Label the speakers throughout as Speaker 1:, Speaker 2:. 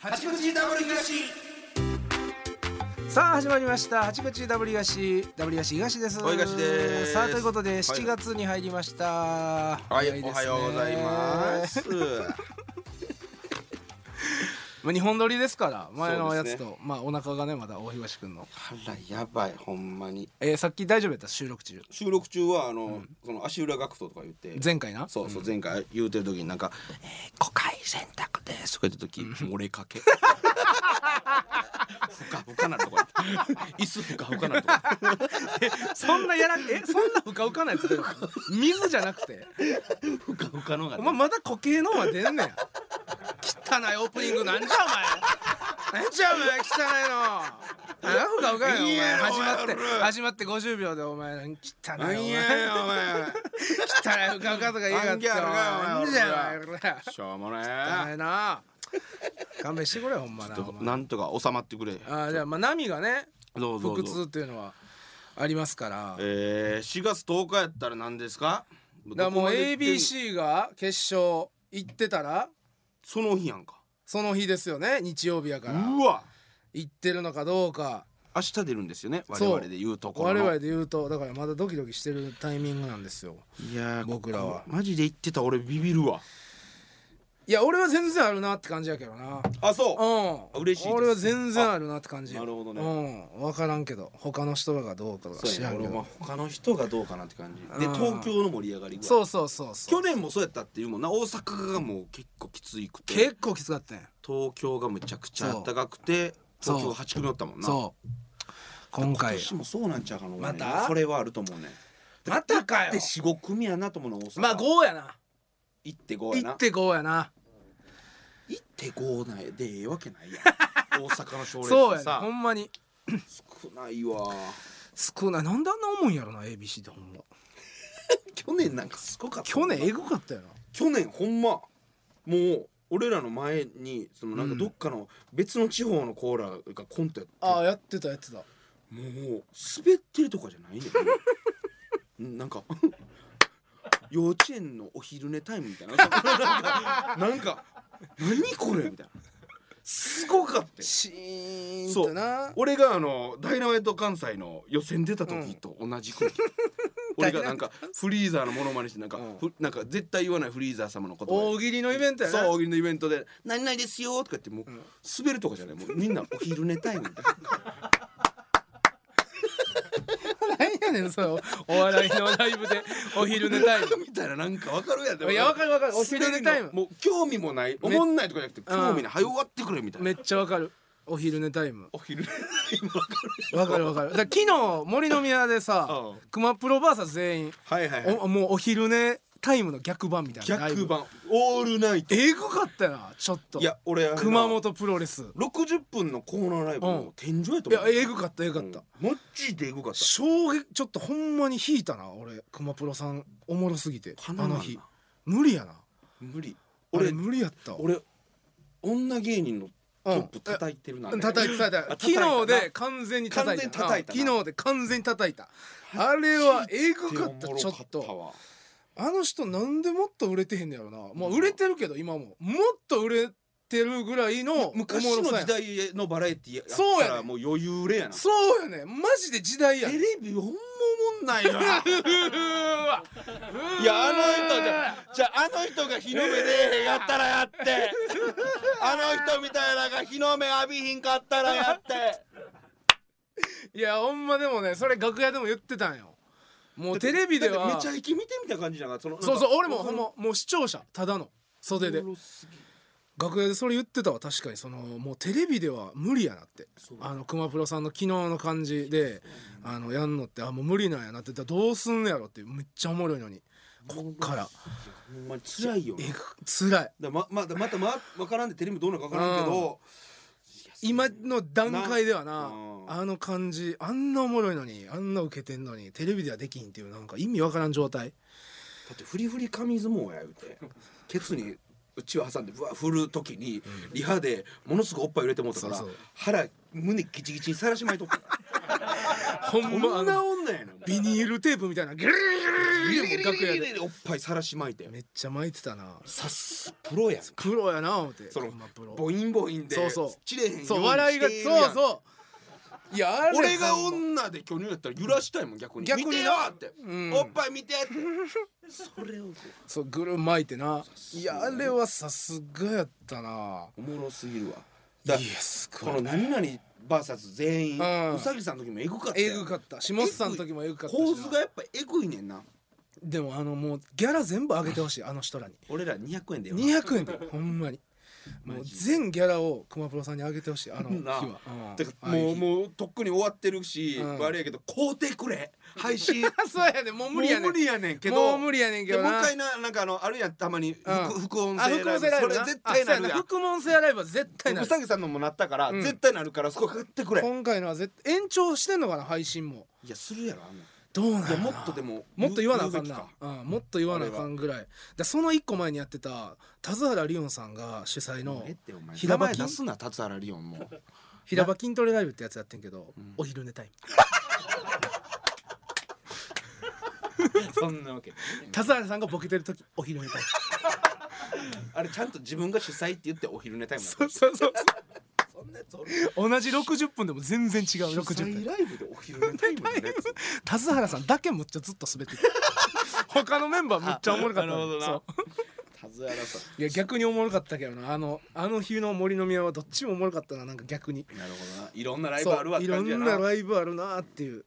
Speaker 1: 八口ダブル東さあ始まりました八口ダブル東ダブル東東です
Speaker 2: お東です
Speaker 1: さあということで
Speaker 2: い
Speaker 1: 7月に入りました、
Speaker 2: は
Speaker 1: 早
Speaker 2: い、お
Speaker 1: ですね
Speaker 2: はようございます。
Speaker 1: まあ日本撮りですから前の
Speaker 2: そ
Speaker 1: や
Speaker 2: うで
Speaker 1: つ
Speaker 2: すね
Speaker 1: と、まあお腹がねまだ大東くんの、
Speaker 2: あら、やばい、ほんまに。
Speaker 1: えー、さっき大丈夫やった収録中
Speaker 2: 収録中は、あの、その足裏学徒とか言って。
Speaker 1: 前回な
Speaker 2: そうそう、前回言うてる時に、なんか、えー、誤解選択ですとか言った時、漏れかけ。ふかふかなとこ行って。椅子ふかふかなとこ行って。
Speaker 1: そんなやらえそんなふかふかなやつ出るの 水じゃなくて
Speaker 2: ふかふかのが
Speaker 1: お
Speaker 2: ね。
Speaker 1: 前まだ固形のま出んねん汚いオープニングなんじゃお前なんじゃお前汚いのなんふかふかやお
Speaker 2: いい
Speaker 1: 前
Speaker 2: やろ
Speaker 1: 始まって
Speaker 2: お前
Speaker 1: 始まって50秒でお前汚いお
Speaker 2: な
Speaker 1: 前
Speaker 2: ん
Speaker 1: 汚
Speaker 2: やお前。
Speaker 1: いふかふかとか言いやが
Speaker 2: な
Speaker 1: っ
Speaker 2: ん
Speaker 1: て
Speaker 2: やろか
Speaker 1: お前なんじゃお前これ
Speaker 2: しょうもね
Speaker 1: 汚
Speaker 2: え。
Speaker 1: いな勘弁してくれほんまな
Speaker 2: ちょっと
Speaker 1: お前
Speaker 2: なんとか収まってくれ。
Speaker 1: あーじゃあまあ波がね
Speaker 2: どうぞど
Speaker 1: 腹
Speaker 2: うぞ
Speaker 1: 痛っていうのはありますから
Speaker 2: えー、4月10日やったら何ですか
Speaker 1: だから
Speaker 2: どこ
Speaker 1: もう
Speaker 2: まで行ってん
Speaker 1: ABC が決勝行ってたら
Speaker 2: その日やんか
Speaker 1: その日ですよね日曜日やから
Speaker 2: うわ
Speaker 1: 行ってるのかどうか
Speaker 2: 明日出るんですよね我
Speaker 1: そう
Speaker 2: 々で言うとこ
Speaker 1: 我
Speaker 2: ろの
Speaker 1: 々で言うとだからまだドキドキしてるタイミングなんですよ
Speaker 2: いやー
Speaker 1: 僕らは
Speaker 2: ここマジで言ってた俺ビビるわ
Speaker 1: いや俺は全然あるなって感じやけどな
Speaker 2: あそ
Speaker 1: うん
Speaker 2: 嬉しいです
Speaker 1: 俺は全然あるなって感じや
Speaker 2: あなるほどね
Speaker 1: うん分からんけど他の人らがどうとか
Speaker 2: そう
Speaker 1: 知
Speaker 2: や
Speaker 1: ら
Speaker 2: ね
Speaker 1: んけ
Speaker 2: 俺
Speaker 1: ど
Speaker 2: は他の人がどうかなって感じで
Speaker 1: うん
Speaker 2: 東京の盛り上がり
Speaker 1: そううそうそうそ
Speaker 2: 去
Speaker 1: う
Speaker 2: 年もそうやったっていうもんな大阪がもう結構きついくて
Speaker 1: 結構きつかったんや
Speaker 2: 東京がむちゃくちゃ暖かくて
Speaker 1: そう
Speaker 2: 東京8組おったもんな
Speaker 1: そう今
Speaker 2: 今
Speaker 1: 回
Speaker 2: 年もそうなんちゃうかな俺
Speaker 1: また
Speaker 2: それはあると思うね
Speaker 1: またかよ
Speaker 2: で45組やなと思うの大阪
Speaker 1: まあ5やな
Speaker 2: 1.5やな
Speaker 1: 1.5やな
Speaker 2: 1.5ないでええわけないや ん大阪の賞レ
Speaker 1: そう
Speaker 2: ー
Speaker 1: や
Speaker 2: ス
Speaker 1: な
Speaker 2: さ
Speaker 1: ほんまに
Speaker 2: 少ないわ
Speaker 1: 少ないなんであんな思うんやろな ABC ってほんま
Speaker 2: 去年なんかすごかった
Speaker 1: 去年エグかったよな
Speaker 2: 去年ほんまもう俺らの前にそのなん
Speaker 1: う
Speaker 2: か
Speaker 1: ん
Speaker 2: どっかの別の地方のコーラがコントやって、
Speaker 1: ああやってたやってた
Speaker 2: もう滑ってるとかじゃないねん んなんか 幼稚園のお昼寝タイムみたいななんかなんか何これみたいなすごかったよ
Speaker 1: シーン
Speaker 2: そ
Speaker 1: と
Speaker 2: う
Speaker 1: な
Speaker 2: 俺があのダイナマイト関西の予選出た時と同じ 空気、俺がなんかフリーザーのモノマネしてなんか、
Speaker 1: うん
Speaker 2: ふなんか絶対言わないフリーザー様の言葉
Speaker 1: 大喜利のイベントやな
Speaker 2: そう大喜利のイベントで「何々ですよ」とか言ってもう、
Speaker 1: ん
Speaker 2: 滑るとかじゃないもうみんなお昼寝タイムみたいな
Speaker 1: 何やねんそれお お笑いのライブでお昼寝タイム
Speaker 2: みたいななんかわかるやんでも
Speaker 1: いやわかるわかるお昼寝タ
Speaker 2: 滑
Speaker 1: イム
Speaker 2: るのもう興味もないおもんないとかじゃなくて興味ない早終わってくれみたい
Speaker 1: め
Speaker 2: な
Speaker 1: っちゃわかるお昼寝タイム
Speaker 2: お昼寝タイムわかる
Speaker 1: わかるわかるだから昨日森の宮でさ
Speaker 2: うん
Speaker 1: 熊プロバーサス全員
Speaker 2: はいはい、はい、
Speaker 1: おもうお昼寝タイムの逆版みたいなライブ
Speaker 2: 逆版オールナイト
Speaker 1: えぐかったよなちょっと
Speaker 2: いや俺あれな
Speaker 1: 熊本プロレス
Speaker 2: 60分のコーナーライブ
Speaker 1: うん
Speaker 2: の天井やと
Speaker 1: い
Speaker 2: 思う、
Speaker 1: やえぐかったえぐかった、
Speaker 2: マジでエグかった
Speaker 1: 衝撃ちょっとほんまに引いたな俺熊プロさんおもろすぎてあ
Speaker 2: 花なんだ
Speaker 1: の日無理やな
Speaker 2: 無理
Speaker 1: 俺
Speaker 2: 俺
Speaker 1: 無理やったわ
Speaker 2: 俺女芸人のトッ
Speaker 1: う
Speaker 2: プ
Speaker 1: ん
Speaker 2: 叩いてるな、
Speaker 1: 叩いた叩いた
Speaker 2: あ
Speaker 1: 昨日
Speaker 2: 叩
Speaker 1: で
Speaker 2: い
Speaker 1: 完全に叩いた
Speaker 2: 完全に叩いたな
Speaker 1: 昨日で完全に叩いたあれはえぐかった
Speaker 2: おも
Speaker 1: ちょ
Speaker 2: ろ
Speaker 1: っ
Speaker 2: かった
Speaker 1: と
Speaker 2: わ
Speaker 1: あの人なんでもっと売れてへんねやろなもう売れてるけど今ももっと売れてるぐらいの
Speaker 2: 昔
Speaker 1: お
Speaker 2: の
Speaker 1: もろさや
Speaker 2: 時代のバラエティやっ
Speaker 1: そう
Speaker 2: た
Speaker 1: やね
Speaker 2: らもう余裕れやな
Speaker 1: そうやねマジで時代や
Speaker 2: テ
Speaker 1: ね
Speaker 2: レビほんまおもんないよな
Speaker 1: うーわ
Speaker 2: いやあの人じゃじゃああの人が日の目出えへんやったらやってあの人みたいなのが日の目浴びひんかったらやって
Speaker 1: いやほんまでもねそれ楽屋でも言ってたんよもうテレビで
Speaker 2: だって
Speaker 1: は
Speaker 2: めちゃイケ見てみたいな感じだからそのなんか
Speaker 1: そうそう俺もほんまもう視聴者ただの袖で
Speaker 2: おもろすぎ
Speaker 1: 楽屋でそれ言ってたわ確かにそのもうテレビでは無理やなって
Speaker 2: そう
Speaker 1: あの熊プロさんの昨日の感じであのやんのってあもう無理なんやなって言ったらどうすんのやろってめっちゃおもろいのにこっから
Speaker 2: ほんまに辛いよな
Speaker 1: えぐつらい
Speaker 2: だままだまたま分からんでテレビどうなのか分からんけど、
Speaker 1: 今の段階ではな
Speaker 2: うん
Speaker 1: あの感じあんなおもろいのにあんな受けてんのにテレビではできんっていうなんか意味わからん状態
Speaker 2: だってフリフリ紙相撲や言うてケツにうちを挟んでぶわ振る時にリハでものすごいおっぱい入れてもうたから
Speaker 1: そうそう
Speaker 2: 腹胸ギチギチにさらしまいとった
Speaker 1: ほん
Speaker 2: こ
Speaker 1: まあ
Speaker 2: ん
Speaker 1: の
Speaker 2: な女やな
Speaker 1: ビニールテープみたいなギュルギュルギュルギギリギリギリギリ
Speaker 2: 楽屋でおっぱいさらしまいて
Speaker 1: めっちゃ巻いてたな
Speaker 2: さすプロやん
Speaker 1: プロやな思って
Speaker 2: その
Speaker 1: ほんまプロ
Speaker 2: ボインボインで
Speaker 1: そうそう
Speaker 2: ちれへんように
Speaker 1: そう笑いが
Speaker 2: してるやん
Speaker 1: そうそういやあれ
Speaker 2: 俺が
Speaker 1: ほんま
Speaker 2: 女で巨乳やったら揺らしたいもん逆に
Speaker 1: 逆にな
Speaker 2: 見てよって、
Speaker 1: うん
Speaker 2: おっぱい見て ってそれを
Speaker 1: そうぐるん巻いてな
Speaker 2: す
Speaker 1: い
Speaker 2: が
Speaker 1: やあれはさすがやったな
Speaker 2: おもろすぎるわ
Speaker 1: い
Speaker 2: だ
Speaker 1: やす
Speaker 2: こ
Speaker 1: ご
Speaker 2: の
Speaker 1: い
Speaker 2: 何々バーサス全員、う
Speaker 1: うん
Speaker 2: さぎさんの時もエグかった
Speaker 1: え
Speaker 2: よ
Speaker 1: ぐかった下津さんの時もえぐかったしな
Speaker 2: 構図がやっぱエグいねんな
Speaker 1: でもあのもうギャラ全部上げてほしいあの人らに
Speaker 2: 俺ら200円で
Speaker 1: 200円だよほんまにもう全ギャラを熊プロさんにあげてほしいあの日
Speaker 2: な
Speaker 1: は、うん
Speaker 2: だからもう
Speaker 1: う
Speaker 2: もうとっくに終わってるし、
Speaker 1: うん
Speaker 2: 悪いけど買うてくれ配信
Speaker 1: そうや ねんもう無理やねん
Speaker 2: もう無理やねんけど
Speaker 1: もう無理やねんけ
Speaker 2: で
Speaker 1: ど
Speaker 2: もう
Speaker 1: な
Speaker 2: 一回ななんかあのあるやんたまに副,、
Speaker 1: うん
Speaker 2: 副音
Speaker 1: あ
Speaker 2: 声
Speaker 1: 副
Speaker 2: ライブ
Speaker 1: 音声ライ
Speaker 2: そ
Speaker 1: ブ
Speaker 2: れ
Speaker 1: な
Speaker 2: 絶対な
Speaker 1: あそう
Speaker 2: る
Speaker 1: や
Speaker 2: やん
Speaker 1: 副音声ライブは絶対な
Speaker 2: う
Speaker 1: る
Speaker 2: さぎさんのもなったから、
Speaker 1: うん
Speaker 2: 絶対なるからそこ買ってくれ
Speaker 1: 今回のは絶延長してんのかな配信も
Speaker 2: いやするやろあんなん
Speaker 1: どうなんや
Speaker 2: い
Speaker 1: ろ
Speaker 2: や
Speaker 1: な
Speaker 2: もっとでも
Speaker 1: もっと言わなあかん
Speaker 2: 言う
Speaker 1: な
Speaker 2: べき
Speaker 1: うん、もっと言わなあかんぐらいでその一個前にやってた田津原リオンさんが主催の
Speaker 2: えってお前
Speaker 1: 平
Speaker 2: 平
Speaker 1: 場
Speaker 2: 場
Speaker 1: 金
Speaker 2: 出すな達原リオンも
Speaker 1: 平場筋トレライブってやつやってんけど、お昼寝タイム
Speaker 3: そんなわけ
Speaker 1: 田津原さんがボケてる時お昼寝タイム
Speaker 2: あれちゃんと自分が主催って言ってお昼寝タイムだった
Speaker 1: そうそうそう
Speaker 2: そんなやつおる
Speaker 1: 同じ60分でも全然違う
Speaker 2: 主
Speaker 1: 60分
Speaker 2: 催ライブでお昼寝タイムのや つ
Speaker 1: 田津原さんだけむっちゃずっと滑 ってた他のメンバーむっちゃおもろかったの
Speaker 3: なるほどな
Speaker 1: そう
Speaker 2: 田津原さ
Speaker 1: いや逆におもろかったけどなあのあの日の森の宮はどっちもおもろかったななんか逆に
Speaker 2: んなるほどないろんなライブあるわって
Speaker 1: そう
Speaker 2: 感
Speaker 1: い
Speaker 2: じや
Speaker 1: ろんな
Speaker 2: な
Speaker 1: ライブあるなっていう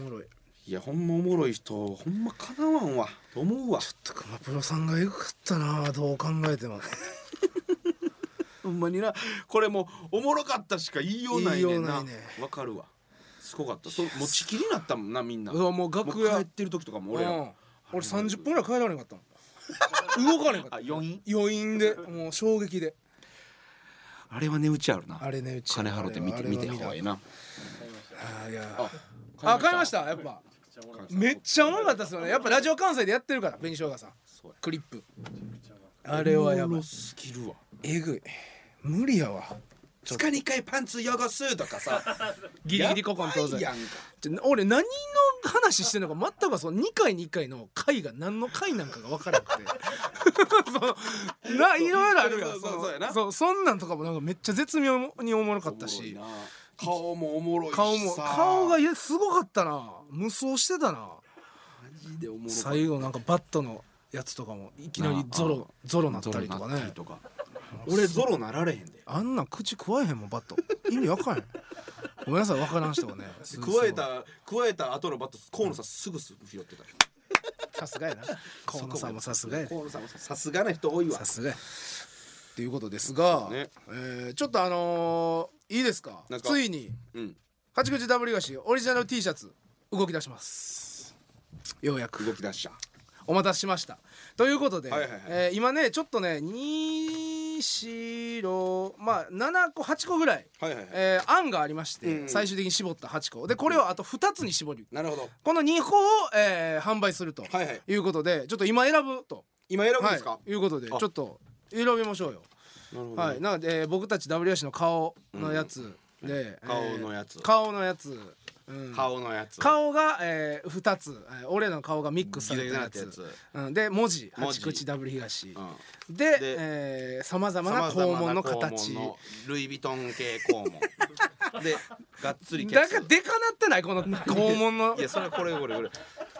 Speaker 1: おもろい
Speaker 2: いやほんまおもろい人ほんまかなわんわと思うわ
Speaker 1: ちょっと熊プロさんがエグかったなどう考えても
Speaker 2: ほんまになこれもうおもろかったしか言いようないねんな
Speaker 1: 言いよ
Speaker 2: わ
Speaker 1: うないね
Speaker 2: かるわすごかったそう持ちきりになったもんなみんな
Speaker 1: うわも
Speaker 2: も
Speaker 1: う楽
Speaker 2: う
Speaker 1: 屋
Speaker 2: 帰ってる時とかも俺
Speaker 1: 俺,、
Speaker 2: ら
Speaker 1: うん、俺30分ぐらい帰られなかったもん動かれなかった
Speaker 2: あ余韻
Speaker 1: 余韻でもう衝撃で
Speaker 2: あれは値打ちあるな
Speaker 1: あれねうち
Speaker 2: 金払って見て見てほうがいい
Speaker 1: い
Speaker 2: な
Speaker 1: あいや
Speaker 2: あ
Speaker 1: あ買いましたやっぱめっちゃおもろかったですよねやっぱラジオ関西でやってるから紅しょうがさん
Speaker 2: そうや
Speaker 1: クリップあれはやばい
Speaker 2: スキルは
Speaker 1: えぐい無理やわ
Speaker 2: 2日に1回パンツ汚すとかさ
Speaker 1: ギリギリ古今東
Speaker 2: や
Speaker 1: 西
Speaker 2: ばいやんか
Speaker 1: ちょ俺何の話してんのか全くその2回に1回の回が何の回なんかが分からなくて そのないろいろあるやん
Speaker 2: そうそうそうそうやな
Speaker 1: そうそんなんとかもなんかめっちゃ絶妙におもろかっ
Speaker 2: お
Speaker 1: た
Speaker 2: もろい
Speaker 1: し
Speaker 2: な顔もおもろいしさ
Speaker 1: 顔も顔がいやすごかったな無双してたな
Speaker 2: マジでおもろかっ
Speaker 1: 最後なんかバットのやつとかもいきなりゾロゾロなったたりとか
Speaker 2: ゾロなった
Speaker 1: ね
Speaker 2: りとか俺ゾロなられへんで
Speaker 1: あんなん口食わえへんもんバット意味わかんへんごめんなさいわからん人が ね
Speaker 2: 加えた加えた後のバット河野さんすぐ拾ってた
Speaker 1: さすがやな河野さんもさすがやで
Speaker 2: 河野さんもさすがな人多いわ
Speaker 1: さすがやっていうことですが、
Speaker 2: そうね
Speaker 1: えーちょっとあのーいいですか
Speaker 2: なんか
Speaker 1: ついに
Speaker 2: うん
Speaker 1: 八口ダブリガシオリジナル T シャツ動き出しますようやく
Speaker 2: 動き出した
Speaker 1: お待たせしましたということで、
Speaker 2: はいはいはい
Speaker 1: えー今ねちょっとね24まあ7個8個ぐらい、
Speaker 2: はいはいはい
Speaker 1: えー案がありまして、
Speaker 2: うん
Speaker 1: 最終的に絞った8個でこれをあと2つに絞り
Speaker 2: なるほど
Speaker 1: この2個を、えー販売すると
Speaker 2: はいはい
Speaker 1: いうことで、ちょっと今選ぶと
Speaker 2: 今選ぶんですか
Speaker 1: はい、いうことでち
Speaker 2: あ
Speaker 1: ょっと選びましょうよ。
Speaker 2: なるほ
Speaker 1: はい、なので、えー僕たち WS の顔のやつで、えー
Speaker 2: 顔のやつ
Speaker 1: 顔のやつ、うん、
Speaker 2: 顔のやつ
Speaker 1: 顔が、えー、2つ、えー俺らの顔がミックスされたやつ
Speaker 2: ギザギザになっ
Speaker 1: うん、で文字「
Speaker 2: 文
Speaker 1: 八
Speaker 2: 字
Speaker 1: 口ダブル東」
Speaker 2: うん
Speaker 1: で
Speaker 2: で
Speaker 1: えー、さまざまな
Speaker 2: 様々
Speaker 1: 肛
Speaker 2: な
Speaker 1: 門の形
Speaker 2: 肛門のルイ・ヴィトン系肛 門でがっつりケ
Speaker 1: だ
Speaker 2: ツ
Speaker 1: からでかなってないこの肛門の
Speaker 2: いやそれこれこれこれ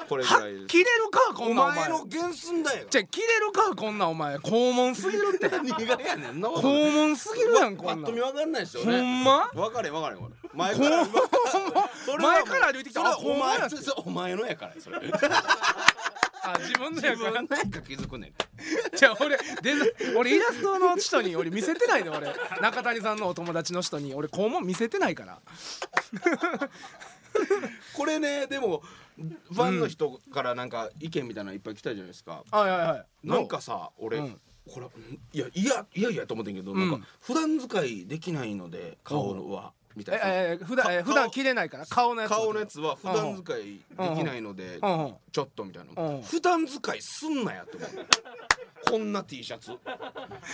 Speaker 2: これぐらいです
Speaker 1: 切れるかこんなんお前
Speaker 2: 原寸だよ
Speaker 1: じゃ切れるかこんなんお前肛門すぎる って
Speaker 2: 何がやねんな
Speaker 1: 肛門すぎるやんこ
Speaker 2: パ
Speaker 1: ん
Speaker 2: ッ
Speaker 1: な
Speaker 2: と
Speaker 1: ん
Speaker 2: 見わかんないですよ
Speaker 1: ほ
Speaker 2: ね
Speaker 1: んま
Speaker 2: わかれんわかれんこれ前からそれはも
Speaker 1: 前
Speaker 2: う
Speaker 1: から歩いてき
Speaker 2: そ
Speaker 1: た
Speaker 2: れは
Speaker 1: あ肛
Speaker 2: お
Speaker 1: 門や
Speaker 2: 前
Speaker 1: って
Speaker 2: それお前のやからそれ
Speaker 1: あ自分の
Speaker 2: 自
Speaker 1: やか
Speaker 2: 分
Speaker 1: ら
Speaker 2: のやから気づくねん
Speaker 1: じゃあ俺デザ俺イラストの人に俺見せてないの俺中谷さんのお友達の人に俺肛門見せてないから
Speaker 2: これねでもファンの人からなんか意見みたいなのいっぱい来たじゃないですか
Speaker 1: はいはいはい
Speaker 2: なんかさ俺、
Speaker 1: うん
Speaker 2: これいやいやいやいやと思ってんけど、
Speaker 1: ん
Speaker 2: なんか普段使いできないので顔は、みたいな、
Speaker 1: ええ普段えー
Speaker 2: か
Speaker 1: 普段切れないから顔のやつ
Speaker 2: 顔のやつは普段使いできないので、
Speaker 1: うんうん
Speaker 2: ちょっとみたいな、
Speaker 1: うん
Speaker 2: 普段使いすんなやって 思うこんな T シャツ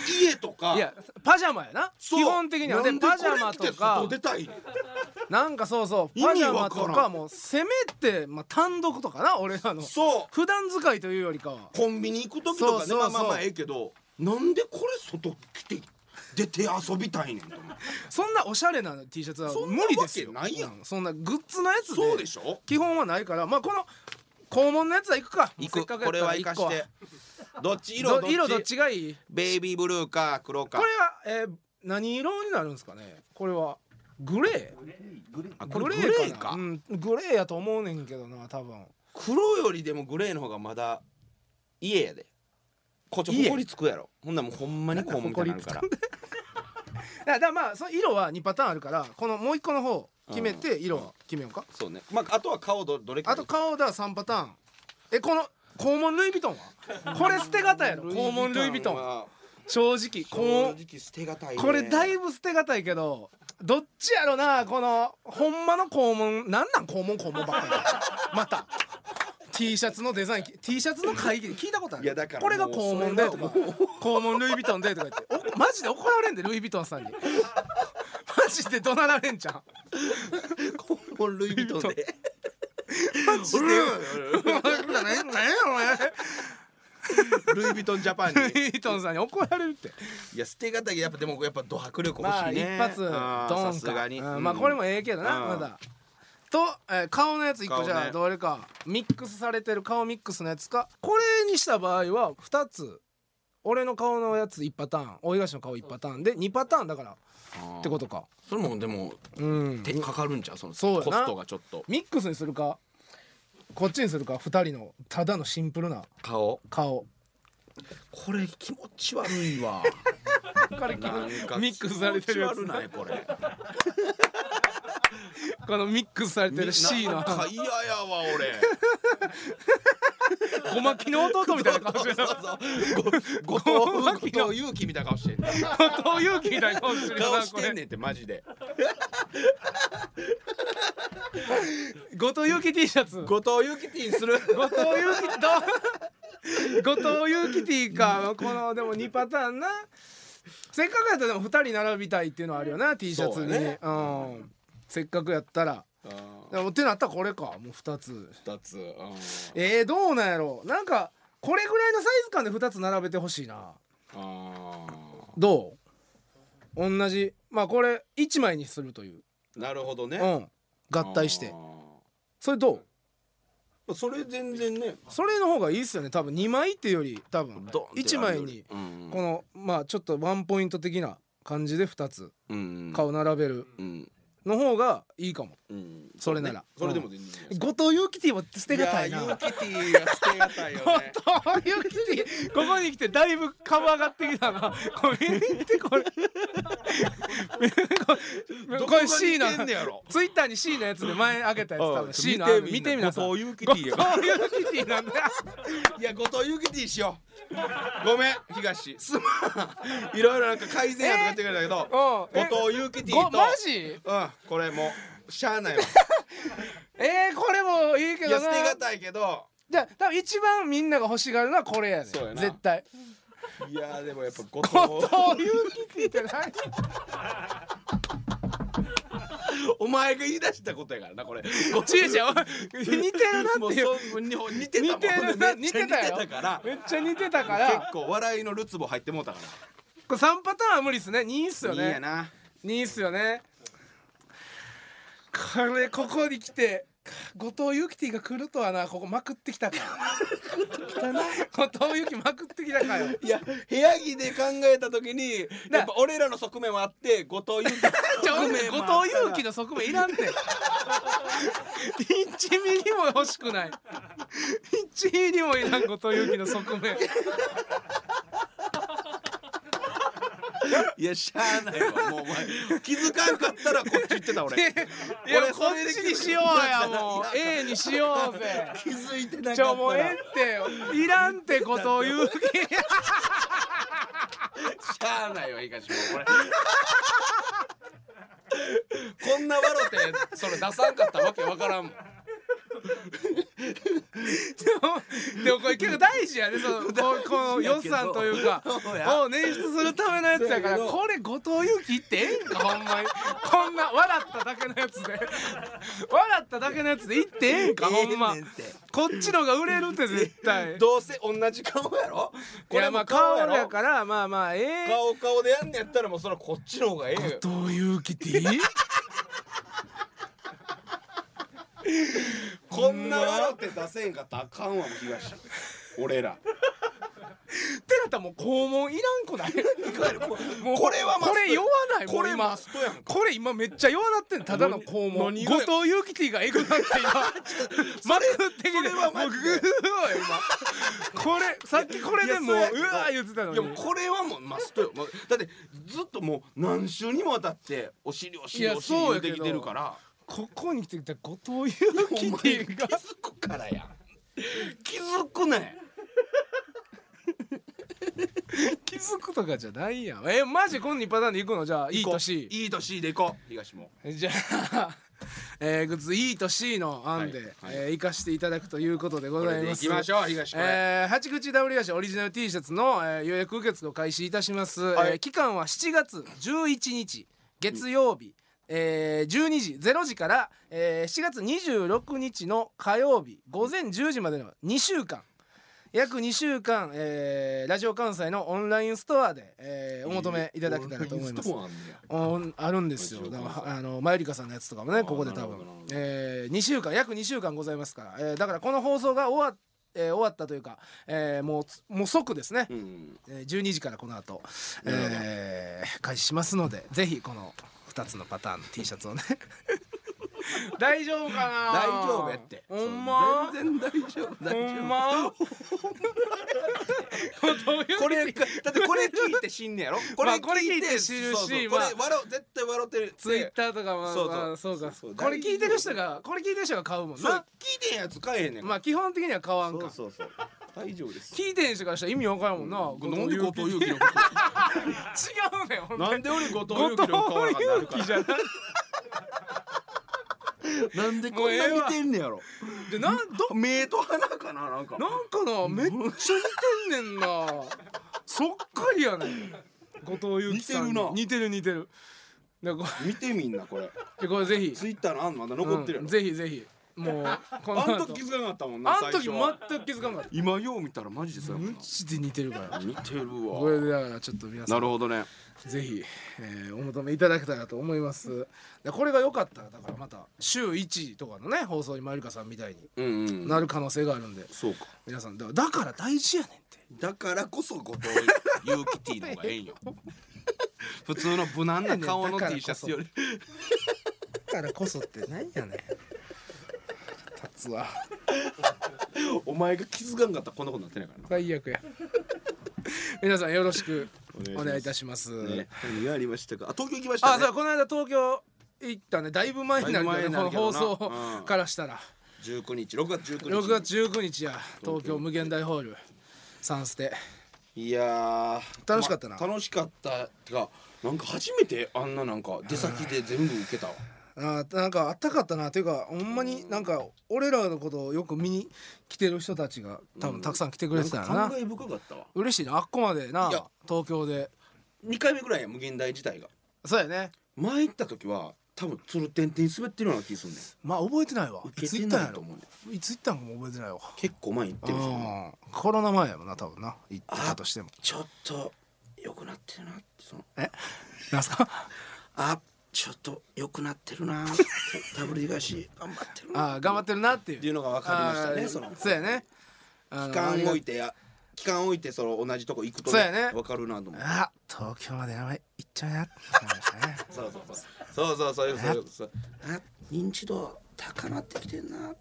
Speaker 2: 家とか
Speaker 1: いやパジャマやな
Speaker 2: そう
Speaker 1: 基本的にはで
Speaker 2: なん
Speaker 1: パジャマ
Speaker 2: これ
Speaker 1: と
Speaker 2: 着て
Speaker 1: か
Speaker 2: 外出たい
Speaker 1: なんかそうそう
Speaker 4: 意
Speaker 1: パ
Speaker 4: 味
Speaker 1: ジャマと
Speaker 4: わから
Speaker 1: かもうせめて、まあ、単独とかな俺らの
Speaker 4: そう
Speaker 1: 普段使いというよりかは
Speaker 4: コンビニ行く時とかね
Speaker 1: そうそうそう
Speaker 4: まあまあまあええけどなんでこれ外来て出て遊びたいねんと思って
Speaker 1: そんなおしゃれな T シャツは
Speaker 4: そんな
Speaker 1: 無理ですよ
Speaker 4: わけないやん
Speaker 1: うそんなグッズのやつ
Speaker 4: そうで
Speaker 1: で
Speaker 4: しょ
Speaker 1: 基本はないからまあこの肛門のやつは行くか
Speaker 2: 行
Speaker 1: せっ
Speaker 2: く
Speaker 1: かく
Speaker 2: こ
Speaker 1: やった
Speaker 2: れ
Speaker 1: ら
Speaker 2: は
Speaker 1: 一
Speaker 2: 生か
Speaker 1: 個
Speaker 2: してどっち色ど
Speaker 1: ど
Speaker 2: っち
Speaker 1: 色どっちがいい
Speaker 2: ベイビーブルーか黒
Speaker 1: こ
Speaker 2: か
Speaker 1: れは、えー何色になるんですかねこれはグレー
Speaker 2: あこ
Speaker 1: グ
Speaker 2: れ
Speaker 1: レ
Speaker 2: グレー
Speaker 1: ーかな
Speaker 2: か、
Speaker 1: うん、グレーやと思うねんけどな多分
Speaker 2: 黒よりでもグレーの方がまだ家やでこっち
Speaker 1: 家
Speaker 2: ほこりつくやろほんならもうほんまに肛門みたいになるから
Speaker 1: だからだからまあその色は2パターンあるからこのもう一個の方決めて色を決めようか
Speaker 2: そうねまああとは顔どどれか
Speaker 1: あと顔だ3パターンえこの肛門ルイ・ヴィトンはこれ捨てがたやろ肛門ルイ・ヴィトン
Speaker 2: は
Speaker 1: 正直
Speaker 4: 正
Speaker 1: こう
Speaker 4: 直捨てがたい、ね、
Speaker 1: これ だいぶ捨てがたいけどどっちやろなこのほんまの肛門なんなん肛門肛門ばっかりまた T シャツのデザイン T シャツの会議で聞いたことある
Speaker 4: いやだから
Speaker 1: これが
Speaker 4: もう
Speaker 1: 肛門でとか肛門ルイ・ヴィトンでとか言っておマジで怒られんでルイ・ヴィトンさんにマジで怒鳴られんじゃん
Speaker 2: 肛門ルイ・ヴィ トンで
Speaker 1: マジで 何やお前
Speaker 2: ルイ・ヴィトンジャパンに
Speaker 1: ルイ・ヴィトンさんに怒られるって
Speaker 2: いや捨てがたいやっぱでもやっぱド迫力欲
Speaker 1: まあ
Speaker 2: しい
Speaker 1: 一
Speaker 2: ね、
Speaker 1: 発ドン
Speaker 2: あー
Speaker 1: か
Speaker 2: さすがに、
Speaker 1: うんまあこれもええけどな
Speaker 2: うん
Speaker 1: まだと、えー顔のやつ一個
Speaker 2: 顔
Speaker 1: じ
Speaker 2: ね
Speaker 1: ゃあどれかミックスされてる顔ミックスのやつかこれにした場合は2つ俺の顔のやつ1パターン大東の顔1パターンで2パターンだから
Speaker 2: っ
Speaker 1: ってことか
Speaker 2: それもでも
Speaker 1: うん
Speaker 2: 手かかるんじゃうその
Speaker 1: そうやな
Speaker 2: コストがちょっと
Speaker 1: ミックスにするかこっちにするか2人のただのシンプルな
Speaker 2: 顔
Speaker 1: 顔
Speaker 2: これ気持ち悪い わなんか
Speaker 1: ミックスされてるやつ
Speaker 2: 気持ち悪ないこれ
Speaker 1: このミックスされてる C の
Speaker 2: なんか嫌やわ俺
Speaker 1: 小牧の弟みたいな顔して る
Speaker 2: 後藤後藤勇気みたいな顔してんね
Speaker 1: 後藤祐樹みたいな顔してるな
Speaker 2: 顔し
Speaker 1: こ
Speaker 2: て
Speaker 1: れ
Speaker 2: んねんってマジで
Speaker 1: 後藤祐樹 T シャツ
Speaker 2: 後藤勇気ティーする
Speaker 1: 後藤祐樹と後藤祐樹 T かこのでも2パターンなせっかくやったらでも2人並びたいっていうのはあるよな T シャツに
Speaker 2: そううやね
Speaker 1: んせっかくやったらでもってなったらこれかもう2つ
Speaker 2: 二つうん
Speaker 1: えー、どうなんやろうなんかこれぐらいのサイズ感で2つ並べてほしいな
Speaker 2: あ
Speaker 1: どう同じまあこれ1枚にするという
Speaker 2: ーなるほどね
Speaker 1: うん合体して
Speaker 2: あ
Speaker 1: それどう
Speaker 2: ーそれ全然ね
Speaker 1: それの方がいいっすよね多分2枚っていうより多分1枚に
Speaker 2: うん
Speaker 1: このまあちょっとワンポイント的な感じで2つ
Speaker 2: うん
Speaker 1: 顔並べる
Speaker 2: うん
Speaker 1: の方がいいかも
Speaker 2: うん
Speaker 1: それなら
Speaker 2: それでも全然いいじゃないですか
Speaker 1: 後藤ユキティは捨てがたいな
Speaker 2: やユ
Speaker 1: 後
Speaker 2: ーキティが捨てがたいよね
Speaker 1: 藤ユキティここに来てだいぶ株上がってきたなこれ見て これ
Speaker 2: ど
Speaker 1: これ C の
Speaker 2: こが似てんねやろ
Speaker 1: ツイッターに C のやつで前上げたやつ多分 C の
Speaker 2: うん
Speaker 1: 見てみなさい
Speaker 2: 後
Speaker 1: 後
Speaker 2: 藤ユーキティよ
Speaker 1: 藤ユキテ ィなんだ
Speaker 2: いや後藤ユキティしようごめん東すまんいろいろなんか改善やとか言ってくれたけど
Speaker 1: 後
Speaker 2: 後藤ユキティ
Speaker 1: ご
Speaker 2: と
Speaker 1: マジ
Speaker 2: うんこれもうしゃあない わい
Speaker 1: えー、これもいいけどな
Speaker 2: や捨てがたいけど
Speaker 1: じゃあ多分一番みんなが欲しがるのはこれやね
Speaker 2: そうやな
Speaker 1: 絶対
Speaker 2: いやでもやっぱ
Speaker 1: 後
Speaker 2: 後藤
Speaker 1: 藤祐樹って言ってない
Speaker 2: お前が言い出したことやからなこれ
Speaker 1: こっちでしょ似てるな
Speaker 2: も
Speaker 1: っ
Speaker 2: う
Speaker 1: ていう
Speaker 2: そうに似てたもん
Speaker 1: 似てるな
Speaker 2: めっちゃ似て
Speaker 1: 似
Speaker 2: た
Speaker 1: て
Speaker 2: から
Speaker 1: めっちゃ似てたから
Speaker 2: 結構笑いのるつぼ入ってもうたか
Speaker 1: これ3パターンは無理っすね2っす
Speaker 2: ら
Speaker 1: よ
Speaker 2: いいや
Speaker 1: ね
Speaker 2: な
Speaker 1: 2っすよねこれここに来て後藤ユキティが来るとはなここまくってきたか後藤ユキまくってきたかよ
Speaker 2: いや部屋着で考えた時にやっぱ俺らの側面もあって後藤優樹
Speaker 1: じゃあ
Speaker 2: の
Speaker 1: 俺
Speaker 2: 側面も
Speaker 1: 後
Speaker 2: あっ
Speaker 1: 藤
Speaker 2: たら
Speaker 1: 祐樹の側面いらんて一ミリも欲しくない一ミリもいらん後藤祐樹の側面
Speaker 2: いやしゃあないわもうお前気づかんかったらこっち行ってた 俺
Speaker 1: いや
Speaker 2: 俺
Speaker 1: こ
Speaker 2: それ
Speaker 1: っ
Speaker 2: で
Speaker 1: ちにしようやもう A にしようぜ
Speaker 2: 気づいてな
Speaker 1: ち
Speaker 2: か
Speaker 1: ょ
Speaker 2: っ
Speaker 1: もう
Speaker 2: た
Speaker 1: え
Speaker 2: ら
Speaker 1: えっていらんってことを言うけ
Speaker 2: しゃあないわ東もう これこんな笑ってそれ出さんかったわけわからんもん
Speaker 1: どでもこれ結構大事やねそのこうこの予算というかを捻出するためのやつやから
Speaker 2: そうやけど
Speaker 1: これ後藤祐樹いってええんかほんまにこんな笑っただけのやつで笑っただけのやつでいってええんかほんま
Speaker 2: ええねって
Speaker 1: こっちのが売れるって絶対
Speaker 5: どうせ同じ顔やろ
Speaker 1: い
Speaker 5: これ
Speaker 1: やま
Speaker 5: も
Speaker 1: あ顔
Speaker 5: 顔やろ
Speaker 1: やからまあまあええ
Speaker 5: 顔顔でやんねやったらもうそれはこっちの方がええよ
Speaker 1: 後藤祐樹っていい
Speaker 5: こんな笑って
Speaker 2: て出せんかったらあかんわもう東俺ら
Speaker 1: ってなったらもう肛門いらん くないもう
Speaker 5: これはマスト
Speaker 1: これ酔わないもん
Speaker 5: これ
Speaker 1: 今
Speaker 5: マストやんか
Speaker 1: これ今めっちゃ弱なってんただの肛門
Speaker 5: 何何が
Speaker 1: 後藤祐樹ティがエグな って今マク的にもうグー今これさっきこれでもうう
Speaker 5: い
Speaker 1: わ
Speaker 5: やそうやけど
Speaker 1: ー言ってたの
Speaker 5: い
Speaker 1: に
Speaker 5: やもうこれはもうマストよもうだってずっともう何週にもわたってお尻お
Speaker 1: い
Speaker 5: 尻
Speaker 1: や
Speaker 5: お尻
Speaker 1: そう
Speaker 5: 言
Speaker 1: やけ
Speaker 5: うて
Speaker 1: ど
Speaker 5: きてるから
Speaker 1: ここに来てきた後藤祐
Speaker 5: お
Speaker 1: 樹
Speaker 5: 前
Speaker 1: テ
Speaker 5: 気
Speaker 1: ィ
Speaker 5: づ
Speaker 1: が
Speaker 5: くからや気づくね
Speaker 1: 気づくとかじゃないやんえマジこの2パターンでいくのじゃあいい
Speaker 5: 行こう
Speaker 1: 年
Speaker 5: いい年でいこう東も
Speaker 1: じゃあ、 えー、グッズ E と C の案で、
Speaker 5: はいは
Speaker 1: え
Speaker 5: い
Speaker 1: ー生かしていただくということでご
Speaker 5: こ
Speaker 1: ざ
Speaker 5: れ
Speaker 1: い
Speaker 5: で
Speaker 1: ま
Speaker 5: い
Speaker 1: す。
Speaker 5: きましょう東これ、
Speaker 1: えー、八口 W シオリジナル T シャツの、えー予約受付を開始いたします、
Speaker 5: はい
Speaker 1: えー期間は7月11日月曜日、えー12時0時から、えー7月26日の火曜日午前10時までの2週間約2週間、えーラジオ関西のオンラインストアで、えーお求めいただけたらと思います
Speaker 5: オン。ラインストアあんねや
Speaker 1: おあるんですよ。だからあのマユリカさんのやつとかもね
Speaker 5: ー
Speaker 1: ここで多
Speaker 5: なるほどなるほ
Speaker 1: 分
Speaker 5: ど、
Speaker 1: えー、2週間約2週間ございますから、えーだからこの放送が終わっえー終わったというか、えーもうつもう即ですね、
Speaker 2: うん
Speaker 1: えー12時からこの後、えー開始しますのでぜひこの2つのパターンの T シャツをね大丈夫かな
Speaker 2: 大丈夫やって
Speaker 1: ほんま
Speaker 2: 全然大丈夫大
Speaker 1: ほ
Speaker 2: 丈
Speaker 1: ん
Speaker 2: 夫
Speaker 1: ま
Speaker 5: これだってこれ聞いて死んねやろこれ
Speaker 1: まあこれ聞いて死ぬし
Speaker 5: そうそう
Speaker 1: まあ
Speaker 5: これ笑う絶対笑ってる
Speaker 1: ツイッターとかまあ
Speaker 5: そうそ
Speaker 1: ま
Speaker 5: う
Speaker 1: あそう
Speaker 2: そう
Speaker 1: か
Speaker 2: そう
Speaker 1: これ聞いてる人がこれ聞いてる人が買うもん
Speaker 5: そう
Speaker 1: な
Speaker 5: 聞いてんやつ買えへんねんから
Speaker 1: まあ基本的には買わんか
Speaker 2: そうそうそう大丈夫です
Speaker 1: 聞いてん人からしたら意味わからんもんな、後
Speaker 5: なん
Speaker 1: 藤
Speaker 5: で
Speaker 1: 祐
Speaker 5: 後
Speaker 1: 樹
Speaker 5: 藤祐樹のこ
Speaker 1: 違うねんほんと
Speaker 5: とな
Speaker 1: に
Speaker 5: んで俺後藤
Speaker 1: 後
Speaker 5: 祐
Speaker 1: 藤
Speaker 5: 樹の顔なかなる
Speaker 1: 祐
Speaker 5: か
Speaker 1: 樹
Speaker 5: ら
Speaker 1: じゃない
Speaker 2: なんでこんな似てんねやろ
Speaker 1: でなんど
Speaker 2: 目と鼻かななんか
Speaker 1: なんかなめっちゃ似てんねんなそっくりやねん後藤祐樹さんに似
Speaker 2: 似
Speaker 1: てる似てるでこ
Speaker 2: 見てみんなこれ
Speaker 1: れこれぜひ
Speaker 2: ツイッターの案まだ残ってるや
Speaker 1: うん
Speaker 2: ろ
Speaker 1: ぜひぜひもうこの
Speaker 2: あ
Speaker 1: 後
Speaker 2: ん時気づかなかったもんな
Speaker 1: あん時
Speaker 2: 最初
Speaker 1: 全く気づかなかった
Speaker 2: 今よう見たらマジでそうやも
Speaker 1: む
Speaker 2: ん
Speaker 1: っちで似てるから
Speaker 2: な似てる
Speaker 1: これ
Speaker 2: わ
Speaker 1: でだからちょっと皆さん
Speaker 2: なるほどね
Speaker 1: ぜひ、えーお求めいただけたらと思います。でこれが良かったらだからまた週1とかのね放送にまゆりかさんみたいに
Speaker 2: うんうん
Speaker 1: なる可能性があるんで、
Speaker 2: そうか
Speaker 1: 皆さんだからだから大事やねんって。
Speaker 2: だからこそ後藤祐樹ティーの方がええん よ普通の無難な顔の T シャツより
Speaker 1: だからこそって何やねん。立つわ。
Speaker 2: お前が気づかんかったらこんなことなってないからな
Speaker 1: 最悪や。皆さんよろしくお
Speaker 2: お願
Speaker 1: 願い
Speaker 2: い
Speaker 1: い
Speaker 2: い
Speaker 1: た
Speaker 2: た
Speaker 1: します。
Speaker 2: ね何がありましたかあ東京行きました
Speaker 1: あ、
Speaker 2: ね
Speaker 1: そうこの間東京行ったね。だいぶ前になるけど
Speaker 2: だい
Speaker 1: ね、
Speaker 2: ぶ
Speaker 1: こ
Speaker 2: 前
Speaker 1: の
Speaker 2: になる
Speaker 1: 放
Speaker 2: けどな
Speaker 1: 送
Speaker 2: うん
Speaker 1: からしたら。
Speaker 2: 19日6月19日
Speaker 1: 6月19日や東京無限大ホールサンステ。
Speaker 2: いやー
Speaker 1: 楽しかったな
Speaker 2: ま楽しかったってかなんか初めてあんななんか出先で全部受けたわ
Speaker 1: あーなんかあったかったなというかほんまになんか俺らのことをよく見に来てる人たちが多分たくさん来てくれてたよ
Speaker 2: なん
Speaker 1: な
Speaker 2: か感慨深かったわ
Speaker 1: 嬉しいなあっこまでない
Speaker 2: や
Speaker 1: 東京で
Speaker 2: 2回目ぐらいや無限大自体が
Speaker 1: そうやね
Speaker 2: 前行った時は多分つるてんてん滑ってるような気すんねん
Speaker 1: まあ覚えてないわ
Speaker 2: 受
Speaker 1: い
Speaker 2: け
Speaker 1: つ
Speaker 2: て
Speaker 1: 行ったん
Speaker 2: な
Speaker 1: や
Speaker 2: いと
Speaker 1: ろ
Speaker 2: 思うねん
Speaker 1: いつ行ったんかも覚えてないわ
Speaker 2: 結構前行ってるし
Speaker 1: うんコロナ前やもんな多分な行ってたとしても
Speaker 2: ちょっと良くなってるなってその
Speaker 1: えなんすか
Speaker 2: あちょっと良くなってるな ダブル東頑張ってるな
Speaker 1: あー頑張ってるなっていう
Speaker 2: っていうのが分かりましたね
Speaker 1: あー
Speaker 2: その
Speaker 1: そうやね
Speaker 2: 期
Speaker 1: 期
Speaker 2: 間置い
Speaker 1: て
Speaker 2: てや期間置いてその同じとこ行くと
Speaker 1: そうやね
Speaker 2: 分かるなと思う
Speaker 1: あ東京まで名前行っちゃうなって思いましたね
Speaker 2: そうそうそう
Speaker 5: そうそうそういうそういうそう
Speaker 2: あ認知度高なってきてんな